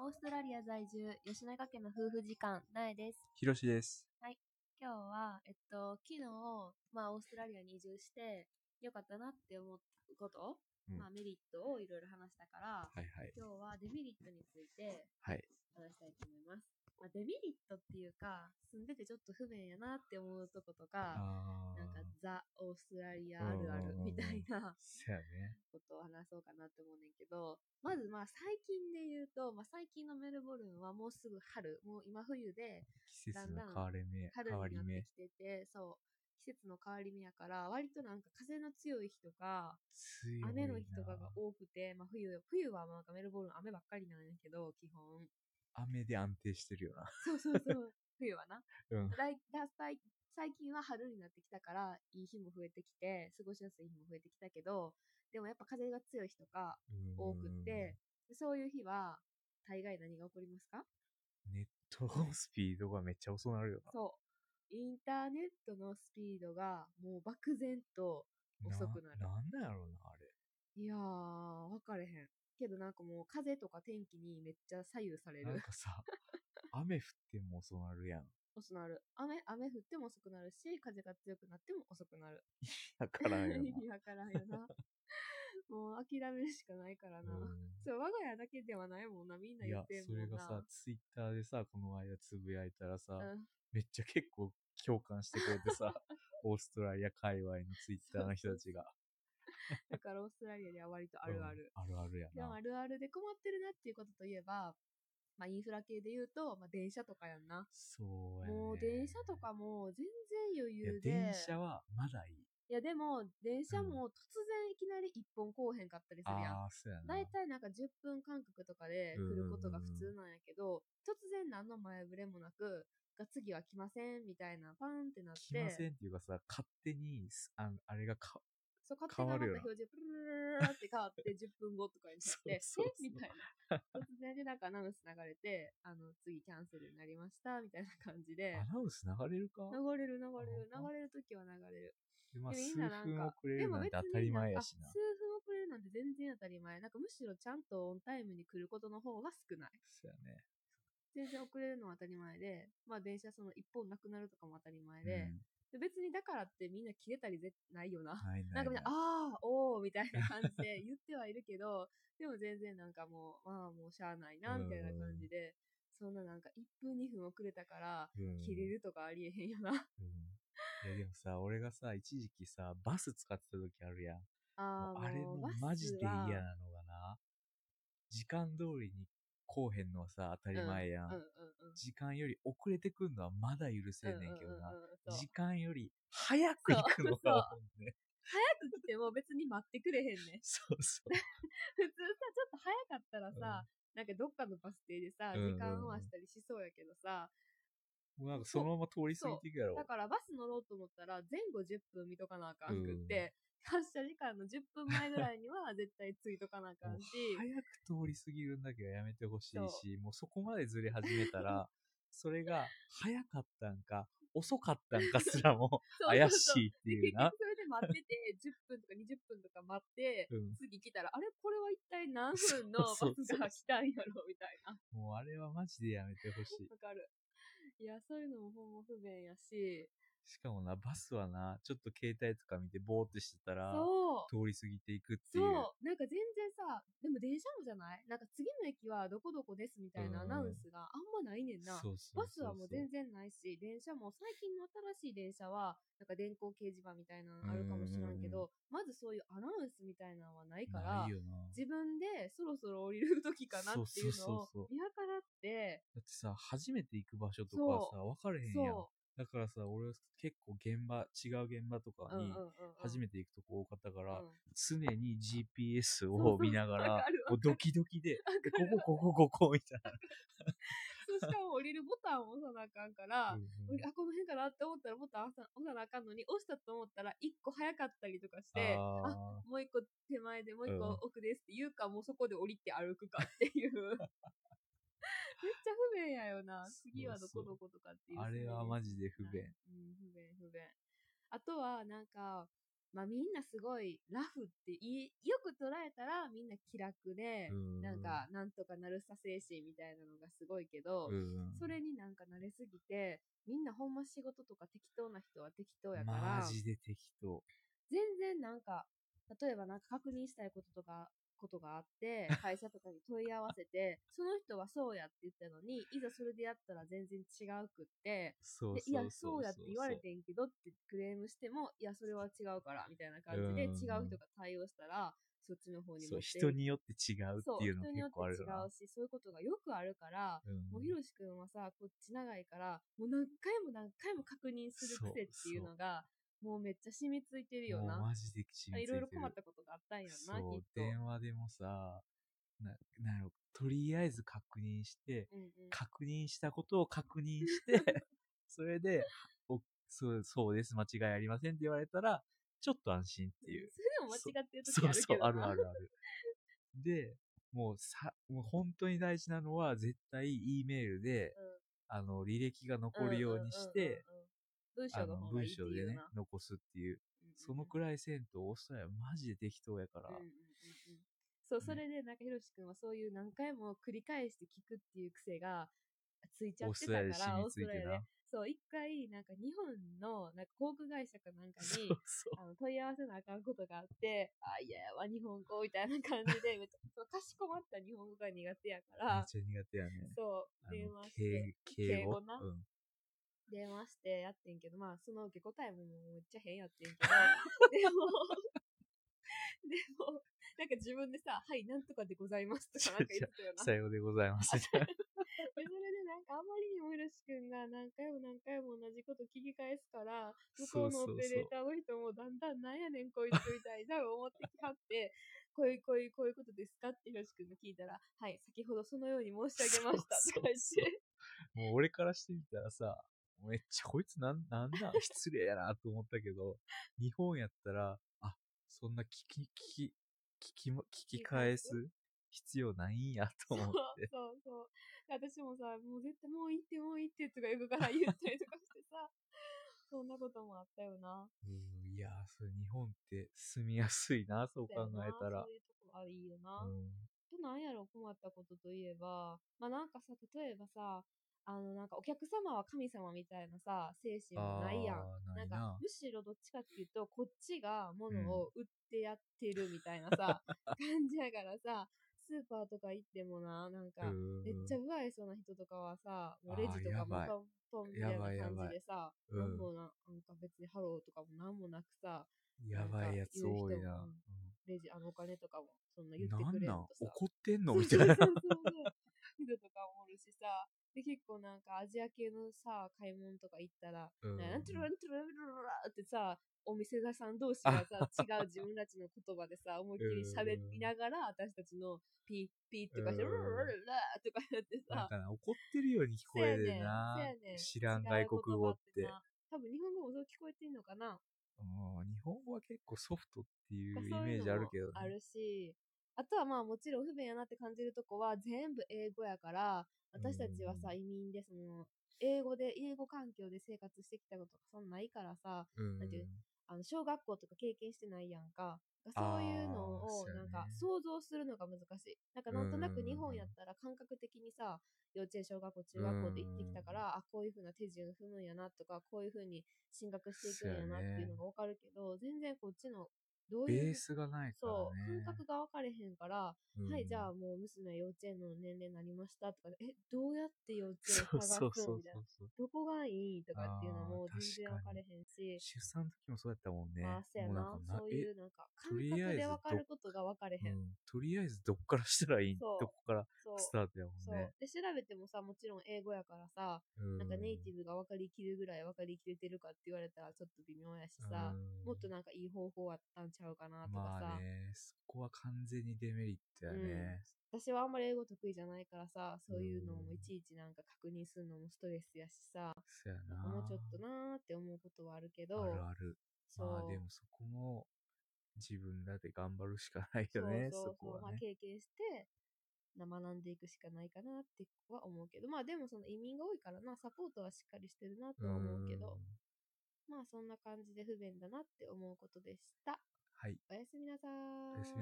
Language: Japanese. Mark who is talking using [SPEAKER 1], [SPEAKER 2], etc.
[SPEAKER 1] オーストラリア在住、吉永家の夫婦時間、なえです。
[SPEAKER 2] ひろしです。
[SPEAKER 1] 今日は、えっと、昨日、まあ、オーストラリアに移住して、よかったなって思うこと、
[SPEAKER 2] うん
[SPEAKER 1] まあ、メリットをいろいろ話したから、
[SPEAKER 2] はいはい。
[SPEAKER 1] 今日はデメリットについて
[SPEAKER 2] はい。
[SPEAKER 1] 話したいと思います。まあ、デメリットっていうか、住んでてちょっと不便やなって思うとことか、
[SPEAKER 2] あ
[SPEAKER 1] なんかザ・オーストラリアあるあるみたいな
[SPEAKER 2] そやね。
[SPEAKER 1] ことを話そうかなって思うねんけど、まずまあ最近で言うと、まあ、最近のメルボルンはもうすぐ春、もう今冬で、
[SPEAKER 2] 季節の
[SPEAKER 1] だんだん
[SPEAKER 2] 変われ目、
[SPEAKER 1] 春
[SPEAKER 2] 変わ
[SPEAKER 1] に
[SPEAKER 2] り
[SPEAKER 1] なって。
[SPEAKER 2] 目
[SPEAKER 1] きてて、そう、季節の変わり目やから、割となんか風の強い日とか、
[SPEAKER 2] 強いな。
[SPEAKER 1] 雨の日とかが多くて、まあ冬、冬はなんかメルボルン雨ばっかりなんやけど、基本。
[SPEAKER 2] 雨で安定してるよ
[SPEAKER 1] そうそうそう、 冬はな。
[SPEAKER 2] な。うん。
[SPEAKER 1] だいだ最最近は春になってきたから、いい日も増えてきて、過ごしやすい日も増えてきたけど、でもやっぱ風が強い日とか多くって、そういう日は、大概何が起こりますか
[SPEAKER 2] うーん。ネットのスピードがめっちゃ遅なるよな。
[SPEAKER 1] そう。インターネットのスピードがもう漠然と、遅くなる
[SPEAKER 2] なんなんやろうな、あれ。
[SPEAKER 1] いやー、わかれへん。けどなんかもう風とか天気にめっちゃ左右され
[SPEAKER 2] なん
[SPEAKER 1] る。
[SPEAKER 2] かさ、 雨降っても遅なるやん。
[SPEAKER 1] 遅なる。雨、雨降っても遅くなるし、風が強くなっても遅くなる。
[SPEAKER 2] だから んよな。
[SPEAKER 1] 意味わからんよな。 もう諦めるしかないからな。
[SPEAKER 2] うん
[SPEAKER 1] そう、我が家だけではないもんな、みんない言
[SPEAKER 2] や
[SPEAKER 1] って、ん
[SPEAKER 2] そ
[SPEAKER 1] も
[SPEAKER 2] れ
[SPEAKER 1] ん
[SPEAKER 2] が
[SPEAKER 1] な
[SPEAKER 2] さ。、ツイッターでさ、この間つぶやいたらさ、
[SPEAKER 1] うん
[SPEAKER 2] めっちゃ結構共感してくれてさ、オーストラリア界隈のツイッターの人たちが。
[SPEAKER 1] だからオーストラリアでは割とあるある。
[SPEAKER 2] うん。あるあるや
[SPEAKER 1] でも
[SPEAKER 2] な
[SPEAKER 1] あ。るあるで困ってるなっていうことといえば、まあインフラ系で言うと、まあ電車とかやんな。
[SPEAKER 2] そうや、ね。
[SPEAKER 1] もう電車とかもう全然余
[SPEAKER 2] いや
[SPEAKER 1] 裕、で。
[SPEAKER 2] 電車はまだいい。
[SPEAKER 1] いやでも、電車
[SPEAKER 2] うん
[SPEAKER 1] も突然いきなり一本来おへんかったりするやん。
[SPEAKER 2] ああ、そうや
[SPEAKER 1] だ
[SPEAKER 2] な。
[SPEAKER 1] いたいなんか10分間隔とかで来ることが普通なんやけど、突然何の前触れもなく、が次は来ませんみたいな、パーンってなっ
[SPEAKER 2] 来ませ
[SPEAKER 1] て、
[SPEAKER 2] んっていうかさ、勝手にす、あのあれがか、
[SPEAKER 1] そう勝手にまた
[SPEAKER 2] 変わるよな
[SPEAKER 1] 表示、プルルルルルルって変わって10分後とかになって、
[SPEAKER 2] そうそ
[SPEAKER 1] え
[SPEAKER 2] うそう
[SPEAKER 1] みたいな。突然でなんかアナウンス流れて、あの、次キャンセルになりましたみたいな感じで、
[SPEAKER 2] アナウンス流れるか
[SPEAKER 1] 流れる流れる、
[SPEAKER 2] あほんま
[SPEAKER 1] 流れる時は流れる。
[SPEAKER 2] でまあ、
[SPEAKER 1] でも
[SPEAKER 2] 数
[SPEAKER 1] 今なんか
[SPEAKER 2] 分遅れるなんて当たり前やしな
[SPEAKER 1] 数。分遅れるなんて全然当たり前。なんかむしろちゃんとオンタイムに来ることの方が少ない。
[SPEAKER 2] そうやね。
[SPEAKER 1] 全然遅れるのは当たり前で、まあ電車その一本なくなるとかも当たり前
[SPEAKER 2] う
[SPEAKER 1] で、
[SPEAKER 2] ん
[SPEAKER 1] で別にだからってみんな切れたりぜないよな。
[SPEAKER 2] ない
[SPEAKER 1] な
[SPEAKER 2] なんい
[SPEAKER 1] かみん
[SPEAKER 2] な、
[SPEAKER 1] ないああ、おーみたい な感じで言ってはいるけど、でも全然なんかもう、まあもうしゃあないな、みたいな感じで、そんななんか1分2分遅れたから、
[SPEAKER 2] うん
[SPEAKER 1] 切れるとかありえへんよな。
[SPEAKER 2] うんいやでもさ、俺がさ、一時期さ、バス使ってた時あるやん。
[SPEAKER 1] あ
[SPEAKER 2] もう
[SPEAKER 1] あ、
[SPEAKER 2] あれ
[SPEAKER 1] も
[SPEAKER 2] も
[SPEAKER 1] う
[SPEAKER 2] マジで嫌
[SPEAKER 1] バスは
[SPEAKER 2] なのがな、時間通りに来おへんのはさ、当たり前やん。
[SPEAKER 1] うんうんうん。
[SPEAKER 2] 時間より遅れてくんのはまだ許せんねんけどな
[SPEAKER 1] う。んうんうんうんそう
[SPEAKER 2] 時間より早く行くのがもうね。
[SPEAKER 1] 早く来ても別に待ってくれへん ねん。
[SPEAKER 2] そうそう。
[SPEAKER 1] 普通さ、ちょっと早かったらさ、なんかどっかのバス停でさ、
[SPEAKER 2] うんうんう
[SPEAKER 1] 時
[SPEAKER 2] ん
[SPEAKER 1] 間合わしたりしそうやけどさ、
[SPEAKER 2] もうなんかそのまま通り過ぎていくやろ
[SPEAKER 1] だ。からバス乗ろうと思ったら前後10分見とかなあかんくって、発車時間の10分前ぐらいには絶対ついとかなあかんし、
[SPEAKER 2] 早く通り過ぎるんだけはやめてほしいし、もうそこまでずれ始め たら、それが早かったんか、遅かったんかすらも
[SPEAKER 1] そう
[SPEAKER 2] 怪し
[SPEAKER 1] そうそう
[SPEAKER 2] いっていう
[SPEAKER 1] 結
[SPEAKER 2] な
[SPEAKER 1] 局。 それで待ってて、10分とか20分とか待って、
[SPEAKER 2] うん。
[SPEAKER 1] 次来たら、あれこれは一体何分のバス
[SPEAKER 2] そうそうそう
[SPEAKER 1] が来たんやろみたい な。
[SPEAKER 2] もうあれはマジでやめてほしい。
[SPEAKER 1] わかる。いや、そういうのもほんま不便やし、
[SPEAKER 2] しかもな、バスはな、ちょっと携帯とか見てぼーってしてたら、
[SPEAKER 1] そう。
[SPEAKER 2] 通り過ぎていくって
[SPEAKER 1] そ
[SPEAKER 2] いうう。、
[SPEAKER 1] なんか全然さ、でも電車もじゃないなんか次の駅はどこどこですみたいなア
[SPEAKER 2] うん
[SPEAKER 1] ナウンスがあんまないねんな。
[SPEAKER 2] そうそうそうそう
[SPEAKER 1] バスはもう全然ないし、電車も最近の新しい電車は、なんか電光掲示板みたいなのあるかもしらんけ
[SPEAKER 2] うんうん
[SPEAKER 1] ど、まずそういうアナウンスみたいなのはないか
[SPEAKER 2] な
[SPEAKER 1] ら
[SPEAKER 2] い、よな。
[SPEAKER 1] 自分でそろそろ降りる時かなっていうのを
[SPEAKER 2] そうそうそうそう
[SPEAKER 1] 見計らって、
[SPEAKER 2] だってさ、初めて行く場所と
[SPEAKER 1] そ
[SPEAKER 2] か
[SPEAKER 1] う
[SPEAKER 2] さ、分かれへんやん。
[SPEAKER 1] そ
[SPEAKER 2] だからさ、俺は結構現場、違う現場と
[SPEAKER 1] う、
[SPEAKER 2] か
[SPEAKER 1] うんうん
[SPEAKER 2] に
[SPEAKER 1] うんうん、
[SPEAKER 2] 初めて行くとこ多かったから、
[SPEAKER 1] うん
[SPEAKER 2] 常に GPS
[SPEAKER 1] そうそ
[SPEAKER 2] を
[SPEAKER 1] う
[SPEAKER 2] 見なが、
[SPEAKER 1] わからる
[SPEAKER 2] もうドキドキで、 でここ、ここ、ここ、みたい
[SPEAKER 1] そうしかも降りるボタンを押さなあかんから、
[SPEAKER 2] な。うんうん
[SPEAKER 1] あ、この辺かなって思ったら、ボタン押さ押さなあかんのに、押したと思ったら、一個早かったりとかして、あ
[SPEAKER 2] あ
[SPEAKER 1] もう一個手前で、もう一
[SPEAKER 2] うん
[SPEAKER 1] 個奥ですって言うか、もうそこで降りて歩くかっていう。め っちゃ不便やよな。
[SPEAKER 2] そう
[SPEAKER 1] 次はどこどことかっていう。
[SPEAKER 2] あ、あれはマ
[SPEAKER 1] ジ
[SPEAKER 2] ジで不便。
[SPEAKER 1] うん、不便、不便。あとは、なんか、まあみんなすごいラフって言い、よく捉えたらみんな気楽で、
[SPEAKER 2] うん
[SPEAKER 1] なんか、なんとかなるさ精神みたいなのがすごいけど、
[SPEAKER 2] うん
[SPEAKER 1] それになんか慣れすぎて、みんなほんま仕事とか適当な人は適当やから、
[SPEAKER 2] マジで適当。
[SPEAKER 1] 全然なんか、例えばなんか確認したいこととか、ことがあっ て、会社とかに問い合わせて、その人はそうやって言ったのに、いざそれでやったら全然違うくって、
[SPEAKER 2] そう
[SPEAKER 1] で
[SPEAKER 2] そう
[SPEAKER 1] い
[SPEAKER 2] そ
[SPEAKER 1] やそう
[SPEAKER 2] うそう。、
[SPEAKER 1] やって言われてんけどってクレームしても、いや、それは違うから、みたいな感じで、違
[SPEAKER 2] うん
[SPEAKER 1] う人が対応したら、そっちの方に
[SPEAKER 2] そ
[SPEAKER 1] 持
[SPEAKER 2] う、
[SPEAKER 1] って
[SPEAKER 2] 人によって違うっていうの
[SPEAKER 1] そう人によっ
[SPEAKER 2] 結
[SPEAKER 1] て
[SPEAKER 2] 構あるよ
[SPEAKER 1] 違
[SPEAKER 2] な
[SPEAKER 1] う。し、そういうことがよくあるから、
[SPEAKER 2] うん
[SPEAKER 1] もうひろしくんはさ、こっち長いから、もう何回も何回も確認する癖っていうのが、もうめっちゃ染みついてるよ
[SPEAKER 2] もう
[SPEAKER 1] な。
[SPEAKER 2] マジで染み
[SPEAKER 1] い
[SPEAKER 2] ついて
[SPEAKER 1] ろい
[SPEAKER 2] る
[SPEAKER 1] ろ困ったことがあったんやろな、きっ
[SPEAKER 2] そう、
[SPEAKER 1] と。
[SPEAKER 2] 電話でもさ、な、なんやろ、とりあえず確認して、
[SPEAKER 1] うんうん
[SPEAKER 2] 確認したことを確認して、 それで、おそう、そうです、間違いありませんって言われたら、ちょっと安心っていう。
[SPEAKER 1] それでも間違ってる時
[SPEAKER 2] そ
[SPEAKER 1] あ
[SPEAKER 2] う
[SPEAKER 1] る
[SPEAKER 2] そ
[SPEAKER 1] け
[SPEAKER 2] う、
[SPEAKER 1] どな。
[SPEAKER 2] あるあるある。で、もうさ、もう本当に大事なのは、絶対 E メールで、
[SPEAKER 1] うん
[SPEAKER 2] あの、履歴が残るようにして、、
[SPEAKER 1] 文章
[SPEAKER 2] あ
[SPEAKER 1] の
[SPEAKER 2] の、
[SPEAKER 1] 方がいい
[SPEAKER 2] 文
[SPEAKER 1] って
[SPEAKER 2] 章
[SPEAKER 1] い
[SPEAKER 2] で
[SPEAKER 1] う
[SPEAKER 2] ね
[SPEAKER 1] な。、
[SPEAKER 2] 残すっていう。
[SPEAKER 1] うんうんうん
[SPEAKER 2] そのくらいせんと、オーストラリアマジで適当やから
[SPEAKER 1] うんうんうんう、んそう、それで、なんか、ひろしくんはそういう何回も繰り返して聞くっていう癖がついちゃ
[SPEAKER 2] オ
[SPEAKER 1] っ
[SPEAKER 2] ー
[SPEAKER 1] てた
[SPEAKER 2] スト
[SPEAKER 1] か
[SPEAKER 2] ラリアで
[SPEAKER 1] ら、オ
[SPEAKER 2] 染
[SPEAKER 1] ー
[SPEAKER 2] み
[SPEAKER 1] ス
[SPEAKER 2] つい
[SPEAKER 1] トラリ
[SPEAKER 2] て
[SPEAKER 1] ア
[SPEAKER 2] な
[SPEAKER 1] で。。そう、一回、なんか日本の、なんか航空会社かなんか
[SPEAKER 2] そう
[SPEAKER 1] に、
[SPEAKER 2] そう。
[SPEAKER 1] あの問い合わせなあかんことがあって、あ、いややわ、日本語みたいな感じで、めっちゃそうかしこまった日本語が苦手やか
[SPEAKER 2] めっ
[SPEAKER 1] ら、
[SPEAKER 2] ちゃ苦手やね。
[SPEAKER 1] そう、
[SPEAKER 2] あ
[SPEAKER 1] 電
[SPEAKER 2] の
[SPEAKER 1] 話し
[SPEAKER 2] 敬
[SPEAKER 1] て、敬語な
[SPEAKER 2] うん。
[SPEAKER 1] 電話してやってんけど、まあ、その受け答えももうめっちゃ変やってんけど、 でも、でも、 なんか自分でさ、はい、なんとかでございますとかなんか言ってたよな。
[SPEAKER 2] さようでございます。
[SPEAKER 1] で それでなんかあまりにもひろしくんが何回も何回も同じこと聞き返すから、向こうのオペレーターの人もだんだんなんやねんこいつみたいな思ってきはって、こういうこういうこういうことですかってひろしくんが聞いたら、はい、先ほどそのように申し上げましたとか言って、
[SPEAKER 2] もう俺からしてみたらさ、めっちゃこいつなん、なん だ、失礼やなと思ったけど、日本やったら、あ、そんな聞き、聞き、聞きも、聞き返す必要ないんやと思って。
[SPEAKER 1] そうそう。私もさ、もう絶対もういいってもういいってとか横 から言ったりとかしてさ、そんなこともあったよな。
[SPEAKER 2] うん、いやー、それ日本って住みやすいな、そう考えたら
[SPEAKER 1] そう。いうとこはいいよな。
[SPEAKER 2] うん。
[SPEAKER 1] となんやろ困ったことといえば、まあなんかさ、例えばさ、あのなんかお客様は神様みたいなさ、精神もないやん。
[SPEAKER 2] あーな
[SPEAKER 1] ないん
[SPEAKER 2] な。
[SPEAKER 1] かむしろどっちかっていうと、こっちが物を売ってやってるみたいな さ、感じやからさ、スーパーとか行ってもな、なんか、めっちゃ
[SPEAKER 2] うん
[SPEAKER 1] 具合そうな人とかはさ、もう
[SPEAKER 2] あー
[SPEAKER 1] レジとか
[SPEAKER 2] や
[SPEAKER 1] も
[SPEAKER 2] ばい
[SPEAKER 1] ポンポンみたいな
[SPEAKER 2] やばいや
[SPEAKER 1] 感
[SPEAKER 2] ばい
[SPEAKER 1] じでさ、
[SPEAKER 2] うん
[SPEAKER 1] なんもな、なんか別にハローとかもなんもなくさ、
[SPEAKER 2] やばいやつ多い
[SPEAKER 1] なんか言う人も。レ
[SPEAKER 2] な
[SPEAKER 1] ジ、あのお金とかもそんな言って
[SPEAKER 2] な
[SPEAKER 1] く
[SPEAKER 2] ん
[SPEAKER 1] れん
[SPEAKER 2] なん
[SPEAKER 1] とさ。
[SPEAKER 2] 怒ってんの
[SPEAKER 1] そう
[SPEAKER 2] みたい な。
[SPEAKER 1] そうそうそう人とかもおるしさ。で、結構なんかアジア系のさ、買い物とか行ったら、
[SPEAKER 2] うん
[SPEAKER 1] なんちゃらなんちゃらなんちゃらってさ、お店屋さん同士がさ、違う自分たちの言葉でさ、思いっきり喋りながら、私たちのピッピッとかして、
[SPEAKER 2] う
[SPEAKER 1] ル
[SPEAKER 2] ん
[SPEAKER 1] ルルルルとかやって
[SPEAKER 2] な
[SPEAKER 1] さ
[SPEAKER 2] ん、かな怒ってるように聞こえるな
[SPEAKER 1] せやねんせやねん。
[SPEAKER 2] 知らん外国語っ
[SPEAKER 1] 違う
[SPEAKER 2] て
[SPEAKER 1] 言葉な。多分日本語もそう聞こえてんのかな
[SPEAKER 2] うん日本語は結構ソフトってい
[SPEAKER 1] まあそうい
[SPEAKER 2] うイメ
[SPEAKER 1] うの
[SPEAKER 2] ージ
[SPEAKER 1] も
[SPEAKER 2] あるけどね。
[SPEAKER 1] あるし、あとはまあもちろん不便やなって感じるとこは全部英語やから、私たちはさ、
[SPEAKER 2] うん
[SPEAKER 1] 移民でその、英語で、英語環境で生活してきたことがそんなないからさ、
[SPEAKER 2] うん
[SPEAKER 1] なんていうあの、小学校とか経験してないやんか。そういうの
[SPEAKER 2] あー
[SPEAKER 1] を
[SPEAKER 2] そうや
[SPEAKER 1] な
[SPEAKER 2] ね
[SPEAKER 1] んか想像するのが難しい。なんかなんとなく日本やったら感覚的にさ、幼稚園、小学校、中学校で行ってきたから、あ、こういうふうな手順踏むんやなとか、こういうふうに進学していくんやなっていうのがわかるけど、全然こっちのどう
[SPEAKER 2] ベ
[SPEAKER 1] いう
[SPEAKER 2] ースがないからね。
[SPEAKER 1] そう、感覚が分かれへんから、
[SPEAKER 2] うん
[SPEAKER 1] はい、じゃあもう娘は幼稚園の年齢になりましたとか、え、どうやって幼稚
[SPEAKER 2] そう
[SPEAKER 1] 園
[SPEAKER 2] そ
[SPEAKER 1] 探
[SPEAKER 2] う
[SPEAKER 1] す
[SPEAKER 2] そ
[SPEAKER 1] ん
[SPEAKER 2] う
[SPEAKER 1] みたいな。
[SPEAKER 2] そうそう。
[SPEAKER 1] どこがいいとかっていうのも
[SPEAKER 2] あー
[SPEAKER 1] 全然分
[SPEAKER 2] 確
[SPEAKER 1] か
[SPEAKER 2] かに
[SPEAKER 1] れへんし、
[SPEAKER 2] 出産の時もそうやったもんね。
[SPEAKER 1] まあ、そうや
[SPEAKER 2] もう
[SPEAKER 1] な
[SPEAKER 2] なん。か
[SPEAKER 1] そういう
[SPEAKER 2] え
[SPEAKER 1] なんか、感
[SPEAKER 2] とりあ
[SPEAKER 1] 覚
[SPEAKER 2] えず
[SPEAKER 1] で
[SPEAKER 2] ど
[SPEAKER 1] 分かることが分かれへん。
[SPEAKER 2] うんとりあえずどっからしたらいい
[SPEAKER 1] そう
[SPEAKER 2] どこから
[SPEAKER 1] そう。
[SPEAKER 2] スタートやも
[SPEAKER 1] そ
[SPEAKER 2] ん
[SPEAKER 1] う
[SPEAKER 2] ね。
[SPEAKER 1] で、調べてもさ、もちろん英語やからさ、なんかネイティブが分かりきるぐらい分かりきれてるかって言われたらちょっと微妙やしさ、もっと
[SPEAKER 2] な
[SPEAKER 1] なんかいい方法あったんちゃうかなとかさ、
[SPEAKER 2] まあね、そこは完全にデメリットやね。
[SPEAKER 1] 私はあんまり英語得意じゃないからさ、そういうのも
[SPEAKER 2] うん
[SPEAKER 1] いちいちなんか確認するのもストレスやしさ、
[SPEAKER 2] そうや
[SPEAKER 1] なん
[SPEAKER 2] な。
[SPEAKER 1] かもうちょっとなーって思うことはあるけど、
[SPEAKER 2] あるある。
[SPEAKER 1] そう。
[SPEAKER 2] まあでもそこも自分らで頑張るしかないよね、
[SPEAKER 1] そうそそ
[SPEAKER 2] そう
[SPEAKER 1] う
[SPEAKER 2] こ
[SPEAKER 1] ま
[SPEAKER 2] は
[SPEAKER 1] あ
[SPEAKER 2] ね。
[SPEAKER 1] 経験して、な学んでいくしかないかなっては思うけど、まあでもその移民が多いからな、サポートはしっかりしてるなとは思うけ
[SPEAKER 2] う
[SPEAKER 1] ど
[SPEAKER 2] ん、
[SPEAKER 1] まあそんな感じで不便だなって思うことでした。
[SPEAKER 2] はい。
[SPEAKER 1] おやすみなさーい。
[SPEAKER 2] おやすみ